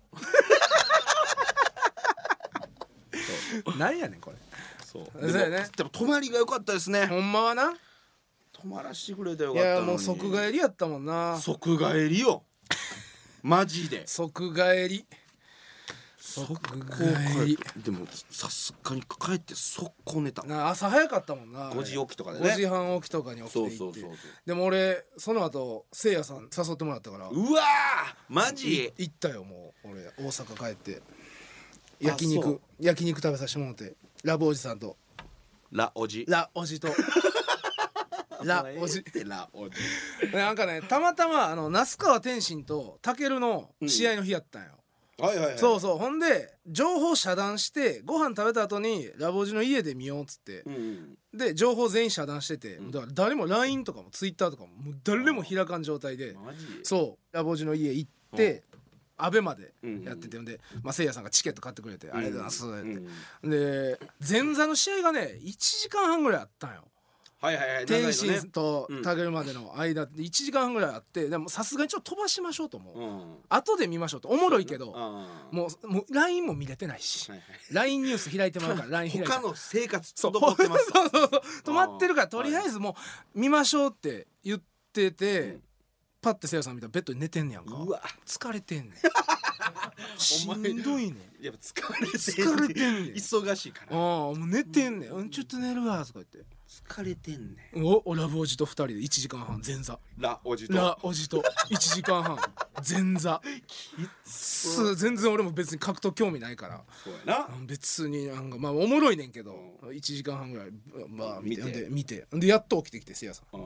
Speaker 1: なんやねんこれ
Speaker 2: そう
Speaker 1: そうやね
Speaker 2: でも泊まりが良かったですね
Speaker 1: ほんまはな
Speaker 2: 泊まらしてくれてよ
Speaker 1: い
Speaker 2: かったの
Speaker 1: や
Speaker 2: に
Speaker 1: もう即帰りやったもんな
Speaker 2: 即帰りよ マジで
Speaker 1: 即帰り即帰り
Speaker 2: でもさすがに帰って速攻寝た
Speaker 1: な朝早かったもんな
Speaker 2: 5時起きとかで
Speaker 1: 5時
Speaker 2: ね
Speaker 1: 半起きとかに起きて
Speaker 2: そ
Speaker 1: 行っ
Speaker 2: う
Speaker 1: て
Speaker 2: そうそう
Speaker 1: でも俺その後せいやさん誘ってもらったから
Speaker 2: うわーマジ
Speaker 1: 行ったよもう俺大阪帰って焼
Speaker 2: あそ
Speaker 1: 肉
Speaker 2: う
Speaker 1: 焼肉食べさせてもらってラブおじさんと
Speaker 2: ラおじ
Speaker 1: ラ おじとラおじ
Speaker 2: ってラおじ
Speaker 1: なんかねたまたまあの那須川天心とタケルの試合の日やったんよ、
Speaker 2: はいはいはい
Speaker 1: そうそうほんで情報遮断してご飯食べた後にラブおじの家で見ようっつって、
Speaker 2: うん
Speaker 1: で情報全員遮断してて、だから誰も LINE とかも Twitter とかももう誰も開かん状態で、
Speaker 2: マジ
Speaker 1: そうラボジの家行って、アベまでやっててんで、まあ、せいやさんがチケット買ってくれて、ありがとうございます、
Speaker 2: うん
Speaker 1: で前座の試合がね1時間半ぐらいあったんよ
Speaker 2: はいはいはい
Speaker 1: 天
Speaker 2: 長いの
Speaker 1: 心
Speaker 2: ね
Speaker 1: と
Speaker 2: うん
Speaker 1: タゲルまでの間って1時間半ぐらいあってでもさすがにちょっと飛ばしましょうと思う、
Speaker 2: うん
Speaker 1: 後で見ましょうとおもろいけど、
Speaker 2: あー
Speaker 1: もうもう LINE も見れてないし、
Speaker 2: はいはい
Speaker 1: LINE ニュース開いてもらうから LINE 開いて
Speaker 2: 他の生活
Speaker 1: そう
Speaker 2: 滞ってます
Speaker 1: そうそうそう止まってるから
Speaker 2: あー
Speaker 1: とりあえずもう見ましょうって言ってて、
Speaker 2: うん
Speaker 1: パッてせいやさん見たらベッドに寝てんねやんか
Speaker 2: うわ
Speaker 1: 疲れ てんねんしんどいねん
Speaker 2: やっぱ疲れてる
Speaker 1: 疲れてんねん
Speaker 2: 忙しいか
Speaker 1: あ
Speaker 2: ら
Speaker 1: あもう寝てんねん、うん、ちょっと寝るわとか言って
Speaker 2: 疲れてんね
Speaker 1: おおラブおじと2人で1時間半前座
Speaker 2: んラおじと
Speaker 1: ラおじと1時間半前座す全然俺も別に格闘興味ないから
Speaker 2: そうやな
Speaker 1: うん別になんかまあおもろいねんけど1時間半ぐらいまあ見てほんで見てでやっと起きてきてせいやさん
Speaker 2: うん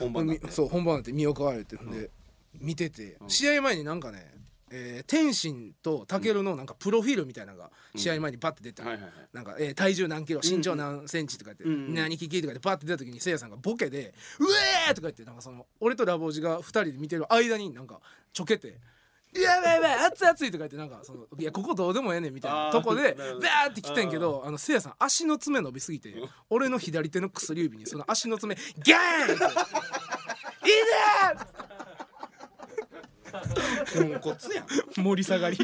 Speaker 2: 本番だって
Speaker 1: みそう本番なんて見送られてほんで、見てて、試合前になんかね、えー天心とタケルのなんかプロフィールみたいなのが試合前にバッて出た、
Speaker 2: はいはいはい
Speaker 1: なんか、えー体重何キロ身長何センチとか言って、
Speaker 2: うん
Speaker 1: 何キキとか言ってバッて出た時にせいやさんがボケで「うえー!」とか言ってなんかその俺とラボおじが2人で見てる間になんかちょけて。やばいやばい熱々いとか言ってなんかそのいやここどうでもええねんみたいなとこで
Speaker 2: あーなるほど
Speaker 1: バーって来てんけどあのせいやさん足の爪伸びすぎて俺の左手の薬指にその足の爪ガ ーンっていい
Speaker 2: ポンコ ツやん
Speaker 1: ね盛り下がり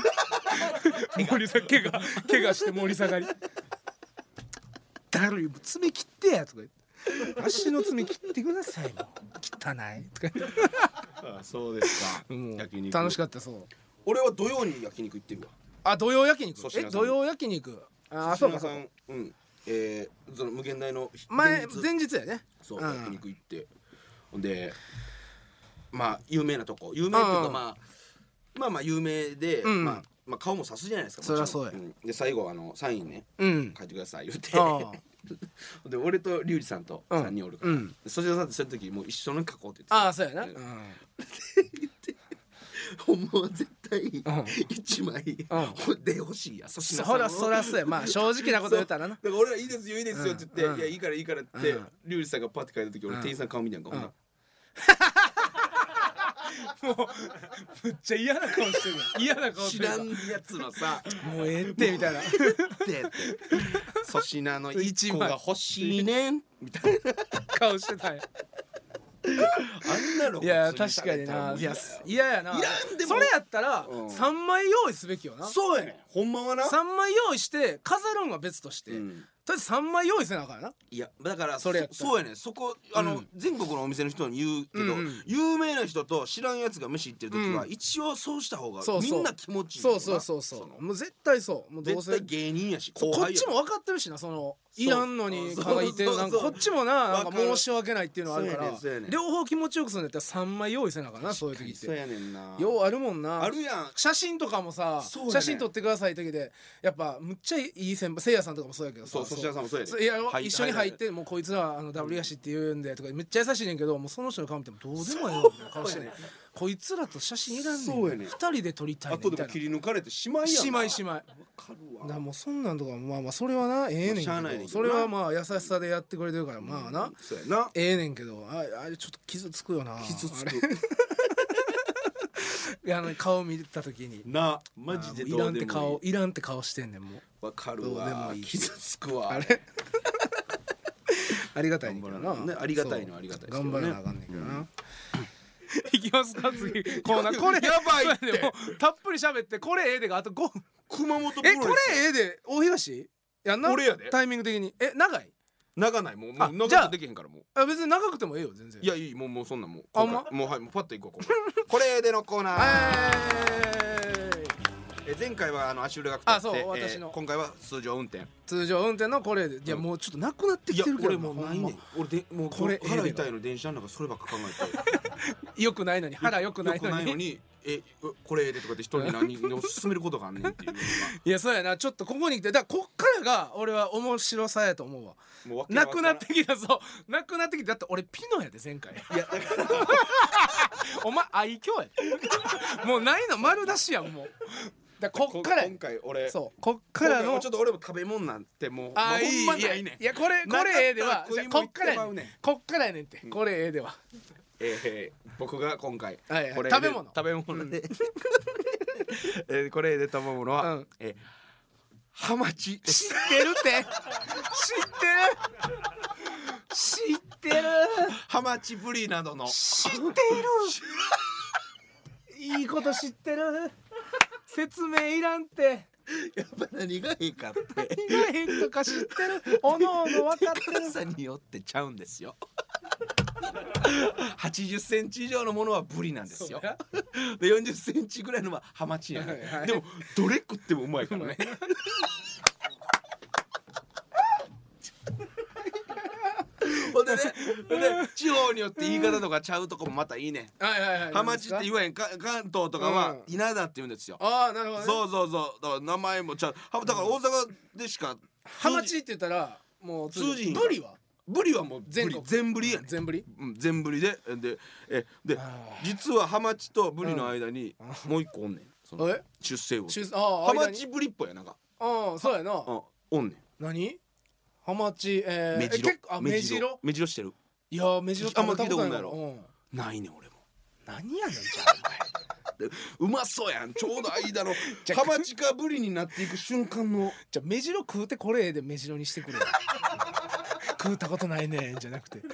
Speaker 1: 盛り下 が怪我怪我して盛り下がりだるいもう爪切ってやとか言って足の爪切ってくださいもう汚いとか言っ
Speaker 2: あそうですか
Speaker 1: ても
Speaker 2: 焼肉
Speaker 1: う楽しかったそう
Speaker 2: 俺は土曜に焼肉行ってるわ
Speaker 1: あ土曜焼肉
Speaker 2: 粗品
Speaker 1: え
Speaker 2: さん
Speaker 1: 土曜焼肉あーそうか
Speaker 2: 志
Speaker 1: そう
Speaker 2: 村
Speaker 1: か
Speaker 2: さんうんえーその無限大の前
Speaker 1: 前
Speaker 2: 日
Speaker 1: 前日やね
Speaker 2: そう
Speaker 1: うん
Speaker 2: 焼肉行ってほんでまあ有名なとこ有名っていう
Speaker 1: うんう
Speaker 2: か
Speaker 1: ん
Speaker 2: まあまあまあ有名で
Speaker 1: うん
Speaker 2: まあまあ顔もさすじゃないですか
Speaker 1: そりゃ
Speaker 2: もちろん
Speaker 1: そうや
Speaker 2: んで最後あのサインね
Speaker 1: うん
Speaker 2: 書いてください言って
Speaker 1: ああ
Speaker 2: で俺とリュウジさんと
Speaker 1: うん
Speaker 2: 3人おるから
Speaker 1: うん
Speaker 2: そちらさんってそういう時もう一緒に書こうって言
Speaker 1: あ
Speaker 2: っ
Speaker 1: あそうやな
Speaker 2: う
Speaker 1: うんん
Speaker 2: てほんまは絶対
Speaker 1: ん
Speaker 2: 一枚
Speaker 1: うん
Speaker 2: ほんで欲しいやそし
Speaker 1: そらそらそうやまあ正直なこと言ったらな
Speaker 2: だから俺らいいですよいいですよって言って、
Speaker 1: うん
Speaker 2: いやいいからいいからって、
Speaker 1: うん
Speaker 2: リュウジさんがパッて書いた時俺、
Speaker 1: うん
Speaker 2: 店員さん顔見てんか、ほんなら
Speaker 1: めっちゃ嫌な顔してる嫌な顔
Speaker 2: 知らんやつのさ
Speaker 1: もうええってみたいな
Speaker 2: ってって粗品の一個が欲しいねんみたい
Speaker 1: 顔してたんや
Speaker 2: なあんなの
Speaker 1: いや確かにないや嫌やない
Speaker 2: らんでも
Speaker 1: それやったら
Speaker 2: うん
Speaker 1: 3枚用意すべきよな
Speaker 2: そうやねんほんまはな、
Speaker 1: 3枚用意して飾るんは別として
Speaker 2: うん
Speaker 1: とりあえず3枚用意せなあかんやない
Speaker 2: やだから
Speaker 1: それやった
Speaker 2: そうやねんそこあの、
Speaker 1: うん
Speaker 2: 全国のお店の人に言うけど、
Speaker 1: うんうん
Speaker 2: 有名な人と知らんやつが飯行ってる時は、
Speaker 1: う
Speaker 2: 一応そうした方が
Speaker 1: そうそう
Speaker 2: みんな気持ちいいよ
Speaker 1: そ
Speaker 2: な
Speaker 1: うそうそうそ
Speaker 2: の
Speaker 1: うもう絶対そうもうどう
Speaker 2: 絶
Speaker 1: せ
Speaker 2: 対芸人やし
Speaker 1: こ
Speaker 2: 後輩や
Speaker 1: っちも分かってるしなその
Speaker 2: そう
Speaker 1: いらんのに
Speaker 2: そう
Speaker 1: 蚊がいて
Speaker 2: そう
Speaker 1: なんか
Speaker 2: そう
Speaker 1: こっちもななん
Speaker 2: わ
Speaker 1: か
Speaker 2: かる
Speaker 1: 申し訳ないっていうのあるか
Speaker 2: そうや
Speaker 1: ら
Speaker 2: ねんそうやねん
Speaker 1: 両方気持ちよくするんだったら3枚用意せなあかんなそういう時っ
Speaker 2: そう
Speaker 1: て
Speaker 2: やねんな
Speaker 1: ようあるもんな
Speaker 2: あるやん
Speaker 1: 写真とかもさ、
Speaker 2: そうやね
Speaker 1: 写真撮ってくださいって時でやっぱむっちゃいい先輩せいやさんとかもそうやけどさ
Speaker 2: そう粗品さんもそうや
Speaker 1: そう
Speaker 2: ね
Speaker 1: いや
Speaker 2: んはい
Speaker 1: 一緒に入って、もうこいつらはあの W やしって言うんでとかめっちゃ優しいねんけどもうその人の顔見てもどうでもええわみたいな顔してねこいつらと写真いらん
Speaker 2: そう
Speaker 1: ね
Speaker 2: や
Speaker 1: ん
Speaker 2: ねん
Speaker 1: 二人で撮りたいねん
Speaker 2: 後で
Speaker 1: みた
Speaker 2: も
Speaker 1: い
Speaker 2: 切り抜かれてしまいや
Speaker 1: なんしまい
Speaker 2: わ
Speaker 1: しまい
Speaker 2: かる
Speaker 1: だから
Speaker 2: わ
Speaker 1: もうそんなんとかもまあまあそれはなええねんけ
Speaker 2: しゃあないねん
Speaker 1: ど
Speaker 2: けどな
Speaker 1: それはまあ優しさでやってくれてるからまあな、
Speaker 2: そうやな
Speaker 1: ええねんけどああれちょっと傷つくよな
Speaker 2: 傷つ
Speaker 1: あれ
Speaker 2: く
Speaker 1: いやあの顔見た時に
Speaker 2: なマジで
Speaker 1: あもうい
Speaker 2: ど
Speaker 1: ら
Speaker 2: うん
Speaker 1: っ
Speaker 2: で
Speaker 1: て
Speaker 2: も
Speaker 1: 顔
Speaker 2: いい
Speaker 1: いらんって顔してんねんもう
Speaker 2: わかる
Speaker 1: どうで
Speaker 2: わ
Speaker 1: もいい
Speaker 2: 傷つくわ
Speaker 1: あれありがたいね
Speaker 2: 頑
Speaker 1: ん
Speaker 2: 張
Speaker 1: けど
Speaker 2: ら
Speaker 1: な
Speaker 2: な、ね、ありがたいのはありがたいですけどね
Speaker 1: 頑張らなあかんねんけどな、 いきますか次 コーナー これ
Speaker 2: やばいって
Speaker 1: でもたっぷり喋ってこれええでがあと5分
Speaker 2: 熊本プロレス
Speaker 1: えこれええで大東やんな
Speaker 2: 俺やで
Speaker 1: タイミング的にえ長い
Speaker 2: 長ないもうも
Speaker 1: あ
Speaker 2: う長
Speaker 1: じゃ
Speaker 2: く
Speaker 1: あ
Speaker 2: できへんからもう
Speaker 1: あ別に長くてもええよ全然
Speaker 2: いやいいもうもうそんなんもう今
Speaker 1: あ
Speaker 2: 回
Speaker 1: ほんま
Speaker 2: もうはいもうパッといこ う今回これでのコーナー、
Speaker 1: はい
Speaker 2: え前回はあの足裏が
Speaker 1: あ
Speaker 2: 太
Speaker 1: そ
Speaker 2: っ
Speaker 1: う
Speaker 2: て、え
Speaker 1: 私の
Speaker 2: ー今回は通常運転
Speaker 1: 通常運転のこれでいやもうちょっとなくなってきてるけど
Speaker 2: 俺もうないね
Speaker 1: ほん
Speaker 2: ん俺でもう
Speaker 1: これ
Speaker 2: 腹
Speaker 1: ええで
Speaker 2: 痛いの電車の中そればっか考えて
Speaker 1: まよくないのに腹よくない
Speaker 2: よく
Speaker 1: の
Speaker 2: ない
Speaker 1: に
Speaker 2: のにえこれでとかって人に何を勧めることがあんねんっていう のが
Speaker 1: いやそうやなちょっとここに来てだからこっからが俺は面白さやと思うわ
Speaker 2: もうわけわ
Speaker 1: な
Speaker 2: から
Speaker 1: く
Speaker 2: ん
Speaker 1: なってきたぞなくなってきただって俺ピノやで前回
Speaker 5: いやだから
Speaker 1: お前愛嬌やでもうないの丸出しやんもうだからこっからや
Speaker 2: 今回俺
Speaker 1: そうこっから
Speaker 2: 今回
Speaker 1: の
Speaker 2: はちょっと俺も食べ物なんてもう
Speaker 1: あ
Speaker 2: ま
Speaker 1: あいい
Speaker 2: ほんまない
Speaker 1: い
Speaker 2: ねん
Speaker 1: やこれこれええで
Speaker 2: なか
Speaker 1: は
Speaker 2: ったら
Speaker 1: じゃあこっから
Speaker 2: 食い
Speaker 1: や
Speaker 2: もん行ってまうね
Speaker 1: ねん
Speaker 2: ん
Speaker 1: こっからやねんってこれええでは
Speaker 2: ええ僕が今回
Speaker 1: はいはい
Speaker 2: これ
Speaker 1: 食べ物
Speaker 2: 食べ 物でえーこれで食べ物は、
Speaker 1: うん
Speaker 2: えーハマチ
Speaker 1: 知ってるって知ってる知ってる
Speaker 2: ハマチブリなどの
Speaker 1: 知っているいいこと知ってる説明いらんって
Speaker 5: やっぱ何がいいかって
Speaker 1: 意外変とか知って るおのおの分かって
Speaker 5: 高
Speaker 1: る
Speaker 5: さによってちゃうんですよ80センチ以上のものはブリなんですよで40センチぐらいのはハマチや、ね
Speaker 1: はい
Speaker 5: でもどれ食ってもうまいから ね
Speaker 2: ほんでねほんで地方によって言い方とかちゃうとこもまたいいね
Speaker 1: はいはいはい
Speaker 2: ハマチって言わへんか関東とかは
Speaker 1: う
Speaker 2: 稲田って言うんですよ、
Speaker 1: ああなるほど、ね、
Speaker 2: そうそうそうだから名前もちゃうはだから大阪でしか
Speaker 1: ハマチって言ったらもう通
Speaker 2: 通じひん
Speaker 1: ブリは
Speaker 2: ブリはもうブリ
Speaker 1: 全国
Speaker 2: 全ブリやね
Speaker 1: 全ブリ
Speaker 2: うん全ブリででえで
Speaker 1: あ
Speaker 2: 実はハマチとブリの間にもう一個おんねんその
Speaker 1: え
Speaker 2: 出世魚
Speaker 1: 出ああ
Speaker 2: ハマ
Speaker 1: 間に
Speaker 2: チブリっぽいやなんか
Speaker 1: うんそうやな
Speaker 2: うんおんねん
Speaker 1: 何ハマチえー、
Speaker 2: 目
Speaker 1: え
Speaker 2: 白
Speaker 1: 結構あ目白
Speaker 2: 目白してる
Speaker 1: いや目白
Speaker 2: あんま聞いたことないやろ
Speaker 1: うん、
Speaker 2: ないねん俺も
Speaker 1: 何やねんじゃ
Speaker 2: うまそうやんちょうど間の
Speaker 1: じゃ
Speaker 2: ハマチかブリになっていく瞬間の
Speaker 1: あじゃあ目白食うてこれで目白にしてくれよ 食うたことないねんじゃなくて 食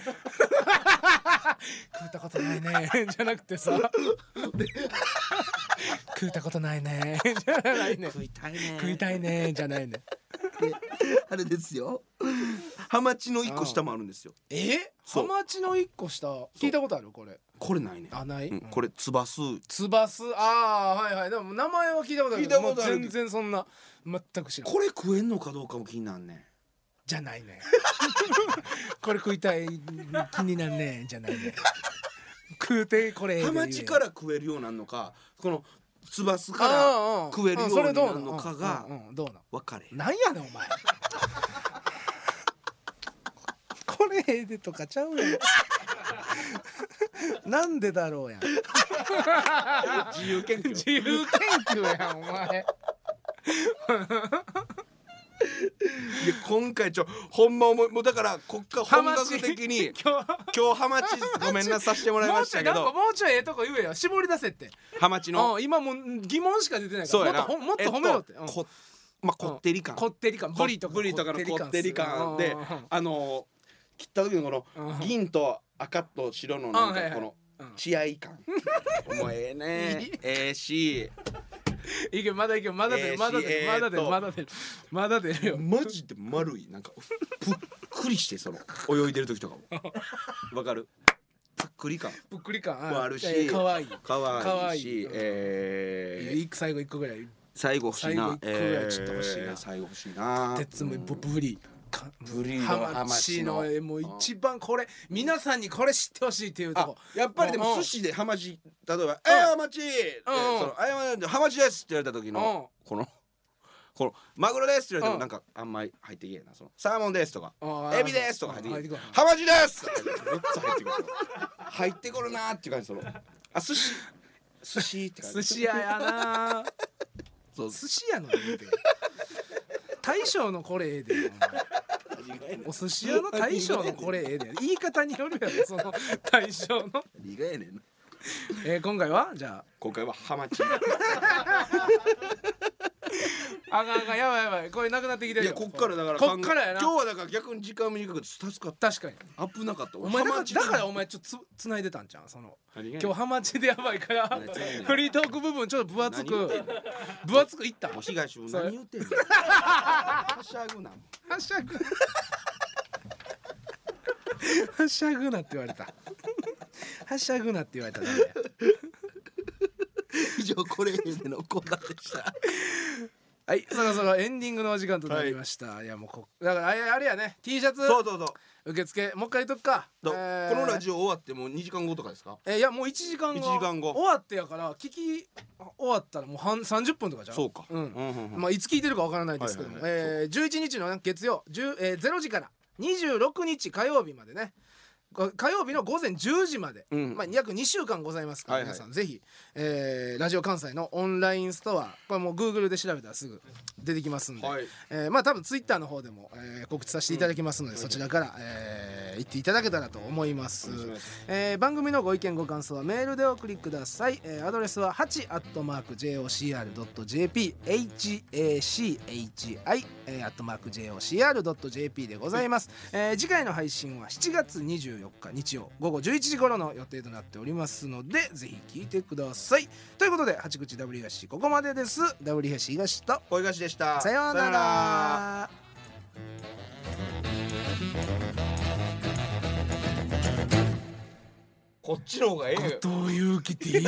Speaker 1: うたことないねんじゃなくてさ 食うたことないねんじゃないねん
Speaker 5: 食いたいね
Speaker 1: 食いたいねんじゃないねん
Speaker 2: あれですよハマチの一個下もあるんですよ
Speaker 1: え
Speaker 2: そ
Speaker 1: ハ
Speaker 2: う
Speaker 1: マチの一個下聞いたことあるこれ
Speaker 2: これないねん
Speaker 1: あない、
Speaker 2: うんこれつばす
Speaker 1: つばすああはいはいでも名前は聞いたことあるけど
Speaker 2: 聞いたことある
Speaker 1: もう全然そんな全く知らん
Speaker 2: これ食えんのかどうかも気になんねん
Speaker 1: じゃないね これ食いたい気になんねんじゃないね食うてこれ
Speaker 2: ハマチから食えるようになるのかこのつばすから
Speaker 1: ら
Speaker 2: 食えるようになるのかが
Speaker 1: うんうんどうなん
Speaker 2: 分かれへん
Speaker 1: なんやねんお前 これええでとかちゃうやん なんでだろうやん
Speaker 2: 自由研究
Speaker 1: 自由研究やんお前
Speaker 2: いや今回ちょほんま思いもうだからこっから本格的に
Speaker 1: 今日
Speaker 2: 今日ハ マチごめんなさせてもらい
Speaker 1: も
Speaker 2: ま
Speaker 1: う
Speaker 2: し
Speaker 1: ちょ
Speaker 2: た
Speaker 1: い
Speaker 2: け
Speaker 1: なんか
Speaker 2: ど
Speaker 1: もうちょいええとこ言えよ絞り出せって
Speaker 2: ハマチの
Speaker 1: うん今もう疑問しか出てないか
Speaker 2: そうやな
Speaker 1: らもっともっと褒めろって、
Speaker 2: え
Speaker 1: うん
Speaker 2: っとこまあこってり感
Speaker 1: こってり感ブリとか
Speaker 2: ブリとかのこってり感で
Speaker 1: うんうんうん
Speaker 2: あのー切った時のこの
Speaker 1: うんうん
Speaker 2: 銀と赤と白のなん
Speaker 1: うんはい
Speaker 2: か
Speaker 1: はい
Speaker 2: この
Speaker 1: うん
Speaker 2: 血合い感もうええ
Speaker 1: い い
Speaker 2: ねええし
Speaker 1: いけるまだいけるまだ出
Speaker 2: え
Speaker 1: る
Speaker 2: ー
Speaker 1: まだ出る
Speaker 2: し
Speaker 1: ま
Speaker 2: えー
Speaker 1: だ出る
Speaker 2: と
Speaker 1: まだ出るまだ出るよ
Speaker 2: マジで丸いなんかぷっくりしてその泳いでる時とかもわかるぷっくり感
Speaker 1: ぷっくり感
Speaker 2: もあるし
Speaker 1: かわいい
Speaker 2: かわいい
Speaker 1: 可愛い
Speaker 2: し
Speaker 1: うん
Speaker 2: えー
Speaker 1: 一個最後一個ぐらい
Speaker 2: 最後欲しいな
Speaker 1: 最後一個ぐらいちょっと欲しいな
Speaker 2: えー最後欲しいな
Speaker 1: 鉄も
Speaker 2: うん
Speaker 1: ブリか
Speaker 2: ブリの
Speaker 1: ハマチの
Speaker 2: ハマチの
Speaker 1: もう一番これ皆さんにこれ知ってほしいっていうと
Speaker 2: あ
Speaker 1: こ
Speaker 2: やっぱりで
Speaker 1: うんう
Speaker 2: も
Speaker 1: ん
Speaker 2: 寿司でハマチ例えば「えーハマチ!」ってそ
Speaker 1: うんうん
Speaker 2: の「あやまハマチです!」って言われた時のこのこの「マグロです!」って言われてもなんかあんまり入っていけえなその「サーモンです!」とか
Speaker 1: あ
Speaker 2: 「
Speaker 1: ー
Speaker 2: エビです!」とか入
Speaker 1: 入
Speaker 2: っ
Speaker 1: ってて
Speaker 2: いけえ
Speaker 1: こな
Speaker 2: 「
Speaker 1: い
Speaker 2: ハマチです!」めっちゃ入ってくる入ってくるなーっていう感じそのあ寿司寿司って感じ
Speaker 1: 寿司屋 やな
Speaker 2: そう
Speaker 1: 寿司屋の言うて大将のこれええでお寿司屋の大将のこれええで言い方によるやろその大将 の、
Speaker 2: 意外やねんな
Speaker 1: えー、今回はじゃ
Speaker 2: 今回はハマチ
Speaker 1: ああかんあかんやばいやばいこれなくなってきて
Speaker 2: い
Speaker 1: る
Speaker 2: や
Speaker 1: よ
Speaker 2: こっからだから
Speaker 1: こっからやな
Speaker 2: 今日はだから逆に時間短くて助かっ
Speaker 1: 確かに
Speaker 2: た危なかった
Speaker 1: お前だからだからお
Speaker 2: 前
Speaker 1: 前ちょっとつつないでたんじゃんその今日ハマチでやばいから
Speaker 2: 何言ってんねん
Speaker 1: フリートーク部分ちょっと分厚
Speaker 2: 何言っ
Speaker 1: く
Speaker 2: てん
Speaker 1: 分厚くいった
Speaker 2: もう東も
Speaker 1: そう
Speaker 2: 何言うてんのはしゃぐなもう
Speaker 1: はしゃぐはしゃぐなって言われたはしゃぐなって言われたね
Speaker 5: 以上これへんでのコーナーでした
Speaker 1: はいそろそろエンディングのお時間となりました、い、やもうこだからあれあれやね T シャツ
Speaker 5: そうそうそう
Speaker 1: 受付もう一回言っとくか、
Speaker 5: だこのラ
Speaker 1: ジ
Speaker 5: ジオ終わってもう2時間後とかですか
Speaker 1: えーいやもう1時間後
Speaker 5: 1時間後
Speaker 1: 終わってやから聞き終わったらもう半30分とかじゃん
Speaker 5: そうか
Speaker 1: うん
Speaker 5: うんうんうん
Speaker 1: まあ、いつ聞いてるかわからないですけども、
Speaker 5: はいはい
Speaker 1: えー11日の月曜、10えー0時から26日火曜日までねこ火曜日の午前10時まで、
Speaker 5: うん
Speaker 1: まあ、約2週間ございますから、
Speaker 5: はいはい
Speaker 1: 皆さんぜひ、えーラジオ関西のオンラインストアこれもう Google で調べたらすぐ出てきますんで、
Speaker 5: はい
Speaker 1: えーまあ多分 Twitter の方でも、えー告知させていただきますので、そちらから、えー行っていただけたらと思いますえー番組のご意見ご感想はメールでお送りください、えーアドレスは 8-jocr.jp hachi えー @jocr.jp でございます、えー次回の配信は7月24日日曜午後11時頃の予定となっておりますのでぜひ聞いてくださいということで八口ダブリガシここまでですダブリガシ東と
Speaker 5: 小東でした
Speaker 1: さような
Speaker 5: さ
Speaker 1: ら
Speaker 5: こっちの方がええよ
Speaker 1: どういうきていい